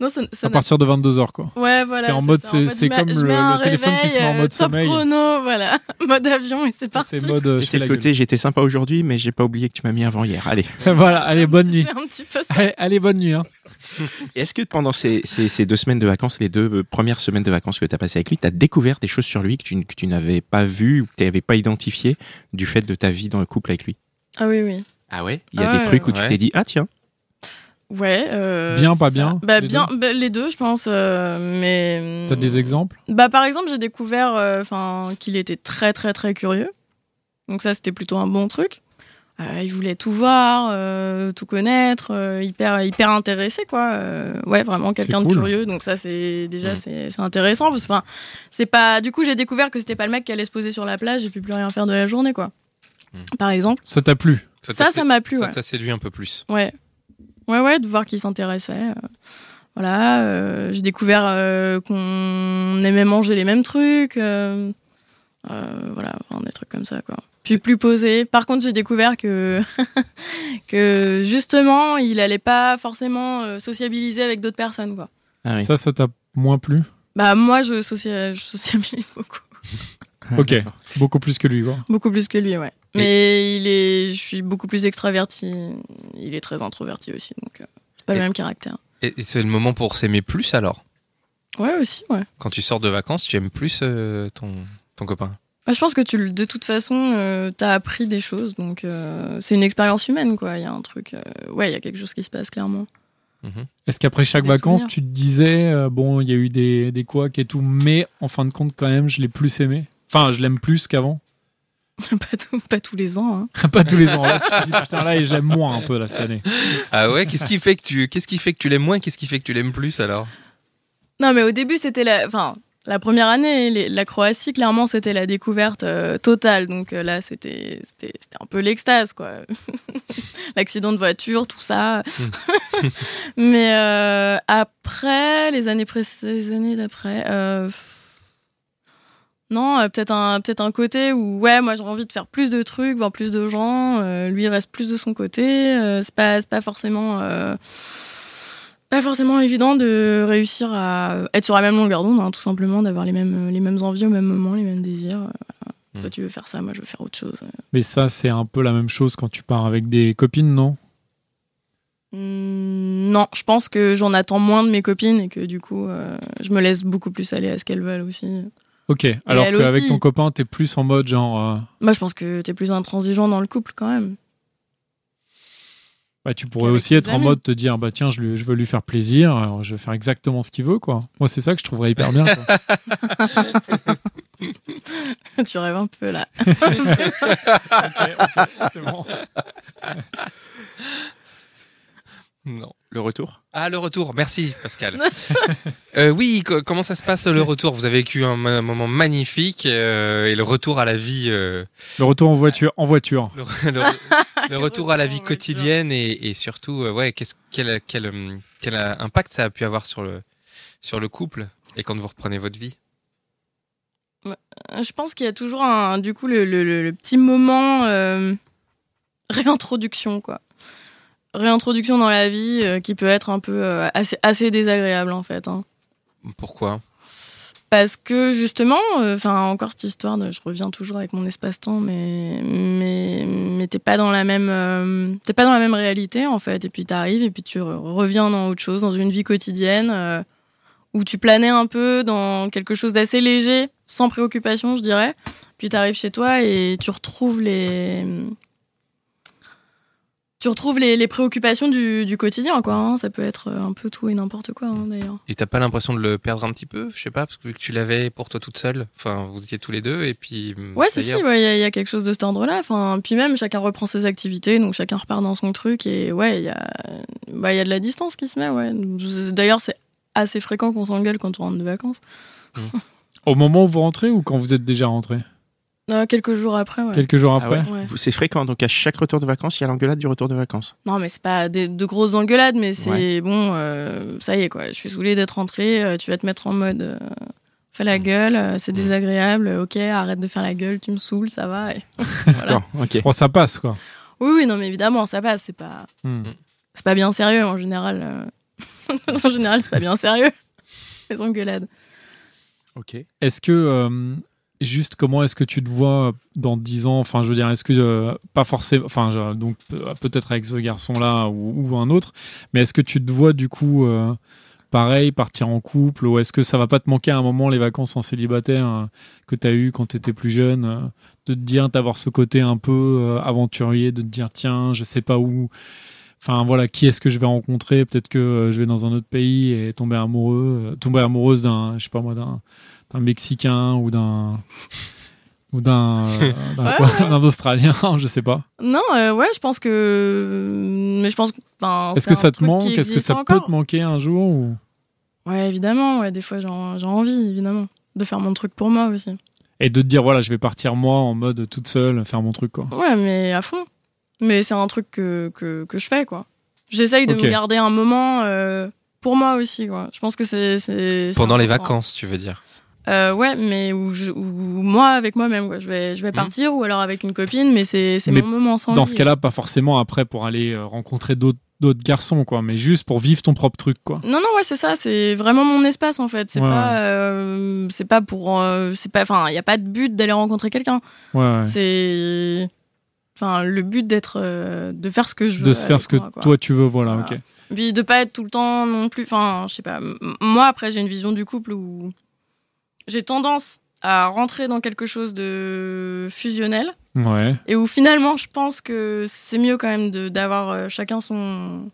S5: Non, ça, ça
S3: à
S5: n'a-
S3: partir de 22h, quoi.
S5: Ouais, voilà.
S3: C'est en mode-
S5: ça.
S3: c'est-
S5: je
S3: c'est
S5: mets-
S3: comme
S5: je
S3: le-
S5: mets un
S3: le téléphone qui se met en
S5: réveil, euh,
S3: mode
S5: top
S3: sommeil.
S5: chrono, voilà. mode avion et c'est parti.
S3: C'est mode. euh, je
S2: C'est
S3: fais
S2: le
S3: la gueule.
S2: côté j'étais sympa aujourd'hui, mais j'ai pas oublié que tu m'as mis avant-hier. Allez.
S3: voilà, allez, bonne nuit.
S5: C'est un petit peu ça.
S3: Allez, allez, bonne nuit. Hein.
S2: Et Est-ce que pendant ces, ces- ces deux semaines de vacances, les deux euh, premières semaines de vacances que tu as passées avec lui, tu as découvert des choses sur lui que tu, n- que tu n'avais pas vues ou que tu n'avais pas identifiées du fait de ta vie dans le couple avec lui
S5: Ah oui, oui.
S2: Ah ouais Il y a
S5: Ah
S2: des
S5: ouais.
S2: trucs où tu
S4: Ouais.
S2: t'es dit ah tiens,
S5: Ouais. euh,
S3: Bien, pas
S5: ça-
S3: bien,
S5: Bah,
S3: les
S5: bien, bah, les deux, je pense. euh, mais.
S3: T'as des exemples
S5: Bah, par exemple, j'ai découvert euh, 'fin, qu'il était très, très, très curieux. Donc, ça, c'était plutôt un bon truc. Euh, il voulait tout voir, euh, tout connaître, euh, hyper, hyper intéressé, quoi. Euh, ouais, vraiment quelqu'un
S3: cool.
S5: de curieux. Donc, ça, c'est déjà,
S4: Mm.
S5: c'est c'est intéressant. Parce que, 'fin, c'est pas. Du coup, j'ai découvert que c'était pas le mec qui allait se poser sur la plage et puis plus rien faire de la journée, quoi.
S4: Mm.
S5: Par exemple.
S3: Ça t'a plu
S4: t'a
S5: Ça, ça
S4: sé-
S5: m'a plu,
S4: Ça
S5: ouais.
S4: t'a séduit un peu plus.
S5: Ouais. Ouais, ouais, de voir qu'il s'intéressait. euh, Voilà, euh, j'ai découvert euh, qu'on aimait manger les mêmes trucs. euh, euh, voilà, enfin, des trucs comme ça, quoi. Puis plus posé. Par contre, j'ai découvert que, que justement, il allait pas forcément euh, sociabiliser avec d'autres personnes, quoi.
S2: Ah oui.
S3: Ça, ça t'a moins plu
S5: Bah, moi, je, socia- je sociabilise beaucoup.
S3: Ok,
S2: Ah,
S3: beaucoup plus que lui, quoi.
S5: Beaucoup plus que lui, ouais. Mais il est, je suis beaucoup plus extraverti. Il est très introverti aussi, donc euh, c'est pas
S4: Et-
S5: le même caractère.
S4: Et, et c'est le moment pour s'aimer plus alors.
S5: Ouais, aussi, ouais.
S4: Quand tu sors de vacances, tu aimes plus euh, ton, ton copain.
S5: Bah, je pense que tu, le- de toute façon, euh, t'as appris des choses, donc euh, c'est une expérience humaine, quoi. Il y a un truc, euh, ouais, il y a quelque chose qui se passe clairement.
S3: Est-ce qu'après chaque
S5: Des
S3: vacances,
S5: souvenirs.
S3: tu te disais, euh, bon, il y a eu des, des couacs et tout, mais en fin de compte, quand même, je l'ai plus aimé Enfin, je l'aime plus qu'avant.
S5: pas, tout- pas tous les ans. hein.
S3: Pas tous les ans. Là, tu te dis, putain, là, et je l'aime moins un peu, là, cette année.
S4: Ah ouais, qu'est-ce qui fait que tu qu'est-ce qui fait que tu l'aimes moins, qu'est-ce qui fait que tu l'aimes plus alors
S5: Non, mais au début, c'était la, enfin, la première année, les- la Croatie, clairement, c'était la découverte euh, totale. Donc euh, là, c'était, c'était, c'était un peu l'extase, quoi. L'accident de voiture, tout ça. mais euh, après, les années pré- les années d'après. euh, pff, non, euh, peut-être un, peut-être un côté où, ouais, moi j'ai envie de faire plus de trucs, voir plus de gens. euh, lui, il reste plus de son côté. euh, c'est, pas, c'est pas forcément. euh, pas forcément évident de réussir à être sur la même longueur d'onde, hein, tout simplement, d'avoir les mêmes, les mêmes envies au même moment, les mêmes désirs. euh, voilà.
S4: Mm.
S5: Toi, tu veux faire ça, moi, je veux faire autre chose.
S3: Mais ça, c'est un peu la même chose quand tu pars avec des copines, non
S5: Mm, non, je pense que j'en attends moins de mes copines et que du coup, euh, je me laisse beaucoup plus aller à ce qu'elles veulent aussi.
S3: Ok, alors
S5: elle
S3: qu'avec
S5: aussi.
S3: ton copain, t'es plus en mode genre, euh,
S5: Moi, je pense que t'es plus intransigeant dans le couple quand même.
S3: bah, tu pourrais
S5: Qu'avec
S3: aussi
S5: tes
S3: être en
S5: amis.
S3: mode te dire, bah tiens, je, lui- je veux lui faire plaisir, alors je vais faire exactement ce qu'il veut, quoi. Moi, c'est ça que je trouverais hyper bien. quoi.
S5: tu rêves un peu là.
S4: Non.
S2: Le retour
S4: Ah le retour, merci Pascal. Euh, oui, co- comment ça se passe le retour Vous avez vécu un, ma- moment magnifique euh, et le retour à la vie euh,
S3: Le retour en voiture, en voiture.
S4: le, re- le re- le retour à la
S5: retour,
S4: vie
S5: ouais,
S4: quotidienne et, et surtout euh, ouais, qu'est-ce quel quel hum, quel euh, impact ça a pu avoir sur le sur le couple et quand vous reprenez votre vie
S5: Je pense qu'il y a toujours un, du coup le, le- le- le petit moment euh, réintroduction quoi. Réintroduction dans la vie euh, qui peut être un peu euh, assez, assez désagréable en fait. hein.
S4: Pourquoi
S5: Parce que justement, enfin encore cette histoire, de, je reviens toujours avec mon espace-temps, mais mais mais t'es pas dans la même euh, t'es pas dans la même réalité en fait. Et puis t'arrives et puis tu re- reviens dans autre chose, dans une vie quotidienne euh, où tu planais un peu dans quelque chose d'assez léger, sans préoccupation, je dirais. Puis tu arrives chez toi et tu retrouves les. Tu retrouves les, les préoccupations du, du quotidien, quoi. hein. Ça peut être un peu tout et n'importe quoi, hein, d'ailleurs.
S4: Et t'as pas l'impression de le perdre un petit peu Je sais pas, parce que vu que tu l'avais pour toi toute seule, enfin, vous étiez tous les deux, et puis. mm,
S5: Ouais, si, si,
S4: d'ailleurs,
S5: il y, a- y a quelque chose de cet ordre-là. Enfin, puis même, chacun reprend ses activités, donc chacun repart dans son truc. Et ouais, il y, a- bah, il y a de la distance qui se met. Ouais. D'ailleurs, c'est assez fréquent qu'on s'engueule quand on rentre de vacances.
S3: Au moment où vous rentrez ou quand vous êtes déjà rentré
S5: Euh, quelques jours après, ouais.
S3: Quelques jours
S2: Ah
S3: après
S5: Ouais.
S2: Vous- C'est fréquent, donc à chaque retour de vacances, il y a l'engueulade du retour de vacances.
S5: Non, mais c'est pas des- de grosses engueulades, mais c'est
S2: Ouais.
S5: bon, euh, ça y est, quoi. Je suis saoulée d'être rentrée. euh, tu vas te mettre en mode. euh, fais la gueule, euh, c'est désagréable. euh, Ok, arrête de faire la gueule, tu me saoules, ça va. et- voilà.
S2: D'accord, ok.
S3: Je pense que ça passe, quoi.
S5: Oui, oui, non, mais évidemment, ça passe. C'est pas.
S3: Hmm.
S5: C'est pas bien sérieux en général. euh. en général, c'est pas bien sérieux. Les engueulades.
S2: Ok.
S3: Est-ce que, euh, juste, comment est-ce que tu te vois dans 10 ans Enfin, je veux dire, est-ce que, euh, pas forcément, enfin, je- donc pe- peut-être avec ce garçon-là ou, ou un autre, mais est-ce que tu te vois du coup, euh, pareil, partir en couple Ou est-ce que ça va pas te manquer à un moment les vacances en célibataire euh, que tu as eu quand tu étais plus jeune euh, De te dire, d'avoir ce côté un peu euh, aventurier, de te dire, tiens, je sais pas où. Enfin voilà, qui est-ce que je vais rencontrer Peut-être que euh, je vais dans un autre pays et tomber amoureux, euh, tomber amoureuse d'un, je sais pas moi, d'un d'un Mexicain ou d'un ou d'un euh, d'un
S5: Ouais,
S3: quoi, d'un Australien, je sais pas.
S5: Non, euh, ouais, je pense que. Mais je pense que. enfin,
S3: Est-ce
S5: c'est
S3: que
S5: un
S3: ça te
S5: truc
S3: manque
S5: qui
S3: Est-ce que
S5: existe
S3: ça peut
S5: encore.
S3: te manquer un jour ou-
S5: Ouais, évidemment, ouais, des fois j'en j'ai envie, évidemment, de faire mon truc pour moi aussi.
S3: Et de te dire voilà, je vais partir moi en mode toute seule faire mon truc quoi.
S5: Ouais, mais à fond. Mais c'est un truc que, que, que je fais, quoi. J'essaye de
S3: Ok.
S5: me garder un moment euh, pour moi aussi, quoi. Je pense que c'est. c'est- c'est
S4: Pendant les
S5: important.
S4: vacances, tu veux dire.
S5: Euh, ouais, mais où, je- où moi avec moi-même, quoi. Je vais,
S4: Mhm.
S5: je vais partir ou alors avec une copine, mais c'est c'est
S3: Mais
S5: mon moment sans
S3: Dans
S5: lui.
S3: ce cas-là, pas forcément après pour aller euh, rencontrer d'autres d'autres garçons quoi, mais juste pour vivre ton propre truc quoi.
S5: Non, non, ouais, c'est ça. C'est vraiment mon espace en fait. C'est
S3: Ouais,
S5: pas, euh, c'est pas pour, euh, c'est pas, enfin, il y a pas de but d'aller rencontrer quelqu'un.
S3: Ouais. ouais.
S5: C'est, enfin, le but d'être, euh, de faire ce que je veux.
S3: De se faire
S5: avec
S3: ce que
S5: moi, quoi.
S3: toi tu veux voilà,
S5: Voilà.
S3: OK.
S5: Puis de pas être tout le temps non plus. Enfin, je sais pas. M- Moi, après, j'ai une vision du couple où j'ai tendance à rentrer dans quelque chose de fusionnel.
S3: Ouais.
S5: Et où finalement, je pense que c'est mieux quand même de- d'avoir euh, chacun son.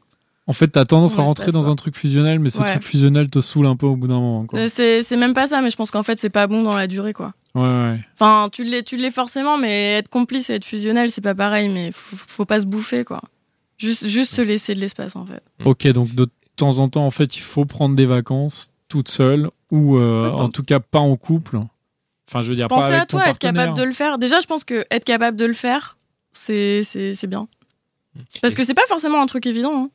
S3: En fait, t'as tendance
S5: Son
S3: à rentrer
S5: espace,
S3: dans
S5: quoi.
S3: un truc fusionnel, mais ce
S5: Ouais.
S3: truc fusionnel te saoule un peu au bout d'un moment. Quoi.
S5: Euh, C'est c'est même pas ça, mais je pense qu'en fait, c'est pas bon dans la durée, quoi.
S3: Ouais, ouais.
S5: Enfin, tu l'es, tu l'es forcément, mais être complice et être fusionnel, c'est pas pareil, mais faut, faut pas se bouffer, quoi. Juste, juste se laisser de l'espace, en fait.
S3: Ok, donc de temps en temps, en fait, il faut prendre des vacances toute seule ou euh,
S5: Ouais,
S3: en
S5: ben-
S3: tout cas pas en couple. Enfin, je veux dire, pas
S5: Pensez
S3: avec
S5: à
S3: ton
S5: toi, être
S3: partenaire.
S5: capable de le faire. Déjà, je pense que être capable de le faire, c'est, c'est, c'est bien. Parce que c'est pas forcément un truc évident. hein.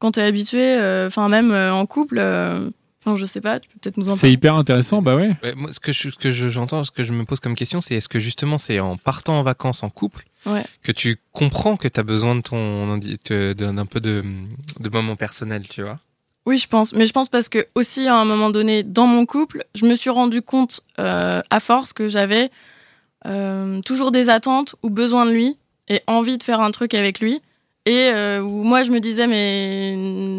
S5: Quand t'es habitué, euh, enfin, même euh, en couple, euh, enfin, je sais pas, tu peux peut-être nous en
S3: C'est
S5: parler.
S3: hyper intéressant, bah ouais.
S4: Ouais, moi, ce que je- ce que je- j'entends, ce que je me pose comme question, c'est est-ce que justement c'est en partant en vacances en couple
S5: Ouais.
S4: que tu comprends que t'as besoin de ton indi- te- d'un d'un peu de, de moment personnel, tu vois
S5: Oui, je pense. Mais je pense parce que aussi à un moment donné, dans mon couple, je me suis rendu compte euh, à force que j'avais euh, toujours des attentes ou besoin de lui et envie de faire un truc avec lui. Et euh, où moi, je me disais, mais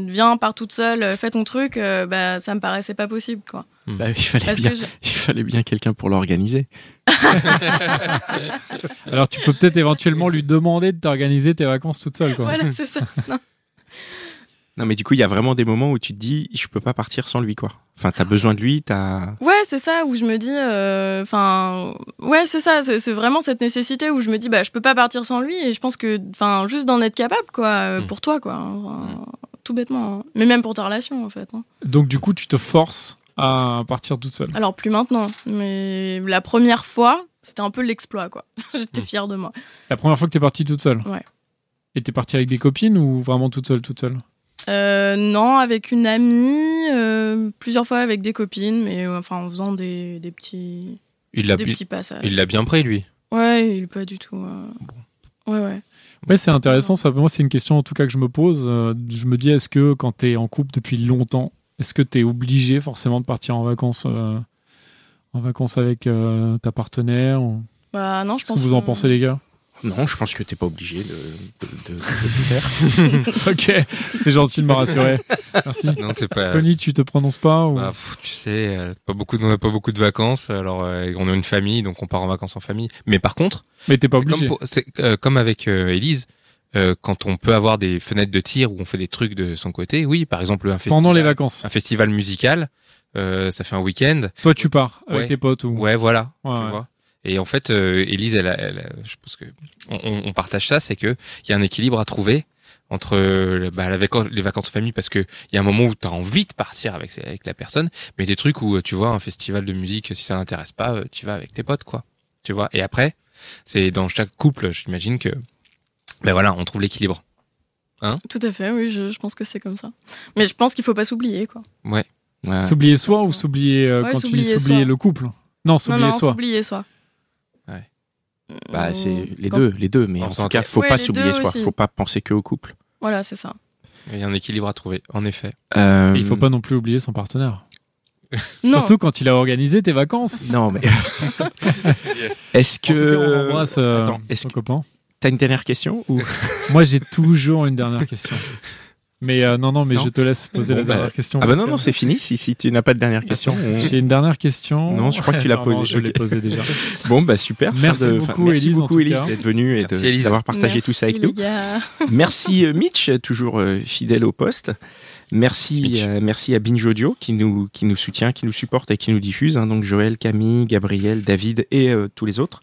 S5: viens, pars toute seule, euh, fais ton truc. euh, bah, ça me paraissait pas possible, quoi.
S2: Bah, il fallait
S5: Parce
S2: bien,
S5: que je-
S2: il fallait bien quelqu'un pour l'organiser.
S3: Alors tu peux peut-être éventuellement lui demander de t'organiser tes vacances toute seule, quoi.
S5: voilà, c'est ça.
S2: Non, mais du coup, il y a vraiment des moments où tu te dis, je peux pas partir sans lui, quoi. Enfin, t'as besoin de lui, t'as.
S5: Ouais, c'est ça où je me dis, euh, enfin, ouais, c'est ça, c'est c'est vraiment cette nécessité où je me dis, bah, je peux pas partir sans lui et je pense que, enfin, juste d'en être capable, quoi, euh,
S4: Mm.
S5: pour toi, quoi, hein,
S3: Mm.
S5: enfin, tout bêtement, hein. mais même pour ta relation, en fait. hein.
S3: Donc du coup, tu te forces à partir toute seule.
S5: Alors plus maintenant, mais la première fois, c'était un peu l'exploit, quoi.
S3: Mm.
S5: J'étais fière de moi.
S3: La première fois que t'es partie toute seule.
S5: Ouais.
S3: Et t'es partie avec des copines ou vraiment toute seule, toute seule
S5: Euh, non, avec une amie, euh, plusieurs fois avec des copines, mais euh, enfin en faisant des, des petits,
S4: Il
S3: Ah,
S4: l'a
S5: des
S4: bi-
S5: petits passages.
S4: il l'a bien pris, lui.
S5: Ouais, il est pas du tout. euh, Ouais, ouais.
S3: Ouais, c'est intéressant. Ça, moi, c'est une question en tout cas que je me pose. Euh, je me dis, est-ce que quand tu es en couple depuis longtemps, est-ce que tu es obligé forcément de partir en vacances, euh, en vacances avec euh, ta partenaire ou-
S5: Bah non, je
S3: Qu'est-ce
S5: Bah, pense.
S3: que vous en
S5: que-
S3: pensez, les gars
S2: Non, je pense que t'es pas obligé de, de- de- de le faire.
S3: Ok, c'est gentil de me rassurer. Merci.
S4: Non, c'est pas.
S3: Tony, tu te prononces pas ou...
S4: Bah, pff, tu sais, euh, pas beaucoup, de- on n'a pas beaucoup de vacances. Alors, euh, on a une famille, donc on part en vacances en famille. Mais par contre,
S3: Mais t'es pas
S4: c'est comme,
S3: obligé.
S4: pour- c'est, euh, comme avec euh, Élise, euh, quand on peut avoir des fenêtres de tir où on fait des trucs de son côté, oui, par exemple un festival,
S3: Pendant les vacances,
S4: un festival musical, euh, ça fait un week-end.
S3: toi tu pars avec
S4: Ouais.
S3: tes potes ou
S4: Ouais, voilà.
S3: Ouais,
S4: tu
S3: ouais.
S4: vois. Et en fait, euh, Élise, elle, a- elle a- je pense que on, on- on partage ça, c'est que il y a un équilibre à trouver entre euh, bah, la vacan- les vacances en famille parce que il y a un moment où tu as envie de partir avec avec la personne, mais des trucs où euh, tu vois un festival de musique, si ça l'intéresse pas, euh, tu vas avec tes potes, quoi. Tu vois. Et après, c'est dans chaque couple, j'imagine que, ben voilà, on trouve l'équilibre.
S5: Tout à fait, oui, je, je pense que c'est comme ça. Mais je pense qu'il faut pas s'oublier, quoi.
S4: Ouais.
S2: Ouais.
S3: S'oublier soi ou s'oublier euh,
S5: Ouais,
S3: quand tu dis
S5: s'oublier
S3: s'oublier
S5: soi.
S3: le couple Non, s'oublier
S5: non, non,
S3: soi.
S5: s'oublier soi. Euh,
S4: Ouais.
S2: Bah, c'est les
S5: Quand-
S2: deux, les deux. Mais
S4: On
S2: en tout
S4: s'entend.
S2: cas, faut
S5: Ouais,
S2: pas
S5: les
S2: s'oublier
S5: deux
S2: soi.
S5: aussi.
S2: Faut pas penser que au couple.
S5: Voilà, c'est ça.
S4: Il y a un équilibre à trouver, en effet.
S2: Euh,
S3: Il faut
S4: Hmm.
S3: pas non plus oublier son partenaire.
S5: Non,
S3: Surtout quand il a organisé tes vacances.
S2: Non, mais est-ce
S3: En tout cas, on
S2: que
S3: embrasse euh,
S2: Attends, est-ce
S3: son
S2: que-
S3: copain.
S2: t'as une dernière question ou
S3: Moi, j'ai toujours une dernière question. Mais euh, non, non, mais
S4: Non.
S3: je te laisse poser
S2: Bon,
S3: la
S2: bah,
S3: dernière question.
S2: Ah bah non,
S3: Pascal.
S2: non, c'est fini. Si, si tu n'as pas de dernière question, on-
S3: J'ai une dernière question.
S2: Non, je crois que tu l'as
S3: Non, non,
S2: posée,
S3: Je l'ai
S2: ok.
S3: posée déjà.
S2: bon, bah super. fin
S3: Merci
S2: de-
S3: beaucoup,
S2: merci
S3: Élise, en
S2: beaucoup,
S3: tout
S2: Élise,
S3: cas.
S2: d'être venue et de-
S4: Merci, Élise.
S2: d'avoir partagé tout ça avec nous.
S5: merci, les gars.
S2: Merci euh, Mitch, toujours euh, fidèle au poste. Merci,
S4: Merci, Mitch.
S2: euh, merci à Binge Audio qui nous, qui nous soutient, qui nous supporte et qui nous diffuse. hein. donc Joël, Camille, Gabriel, David et euh, tous les autres.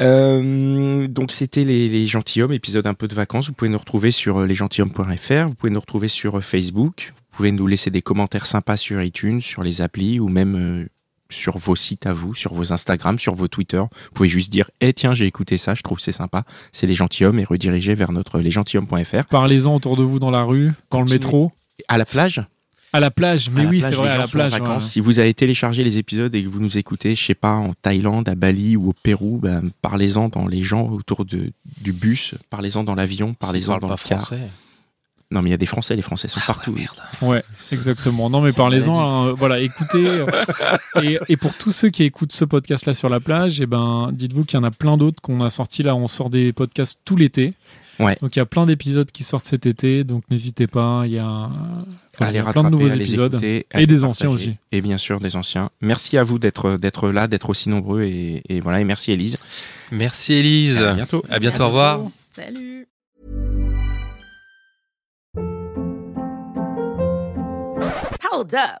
S2: Euh, donc c'était les, les gentilshommes, épisode un peu de vacances. Vous pouvez nous retrouver sur euh, lesgentilhommes.fr, vous pouvez nous retrouver sur euh, Facebook, vous pouvez nous laisser des commentaires sympas sur iTunes, sur les applis ou même euh, sur vos sites à vous, sur vos Instagram, sur vos Twitter. Vous pouvez juste dire Eh tiens, j'ai écouté ça, je trouve que c'est sympa. C'est les gentilshommes et rediriger vers notre lesgentilhommes.fr.
S3: Parlez-en autour de vous dans la rue, dans le
S2: Continuez.
S3: métro,
S2: À la plage,
S3: à la plage. Mais
S2: à la
S3: oui,
S2: plage,
S3: c'est vrai,
S2: les
S3: à
S2: gens
S3: la
S2: sont en
S3: plage.
S2: vacances. Si vous avez téléchargé les épisodes et que vous nous écoutez, je sais pas, en Thaïlande, à Bali ou au Pérou, ben, parlez-en dans les gens autour de, du bus, parlez-en dans l'avion,
S4: S'ils
S2: parlez-en
S4: parlent
S2: dans
S4: pas
S2: le car.
S4: français. Ah
S2: Non, mais il y a des Français, les Français sont partout.
S3: ouais. Ouais, exactement. Non, mais
S2: c'est
S3: parlez-en. hein. voilà, écoutez. euh, et, et pour tous ceux qui écoutent ce podcast-là sur la plage, eh ben, dites-vous qu'il y en a plein d'autres qu'on a sortis là. On sort des podcasts tout l'été.
S2: Ouais.
S3: Donc il y a plein d'épisodes qui sortent cet été. Donc n'hésitez pas. Il y a, enfin, il y
S2: Allez
S3: a plein de
S2: rattraper,
S3: nouveaux
S2: allez
S3: épisodes.
S2: écouter,
S3: Et
S2: allez
S3: des anciens
S2: partager.
S3: aussi.
S2: Et bien sûr, des anciens. Merci à vous d'être d'être là, d'être aussi nombreux. Et, et voilà, et merci Elise.
S4: Merci Élise.
S2: À bientôt.
S4: À bientôt, au revoir.
S5: Salut.
S6: Hold up.